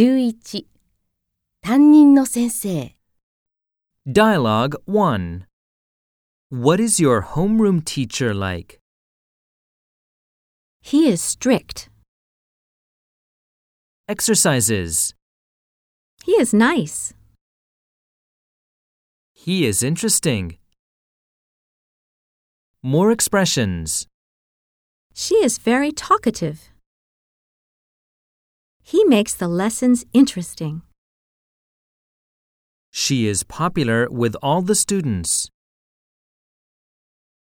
11担任の先生 Dialogue 1 What is your homeroom teacher like? He is strict. Exercises. He is nice. He is interesting. More expressions. She is very talkative. He makes the lessons interesting. She is popular with all the students.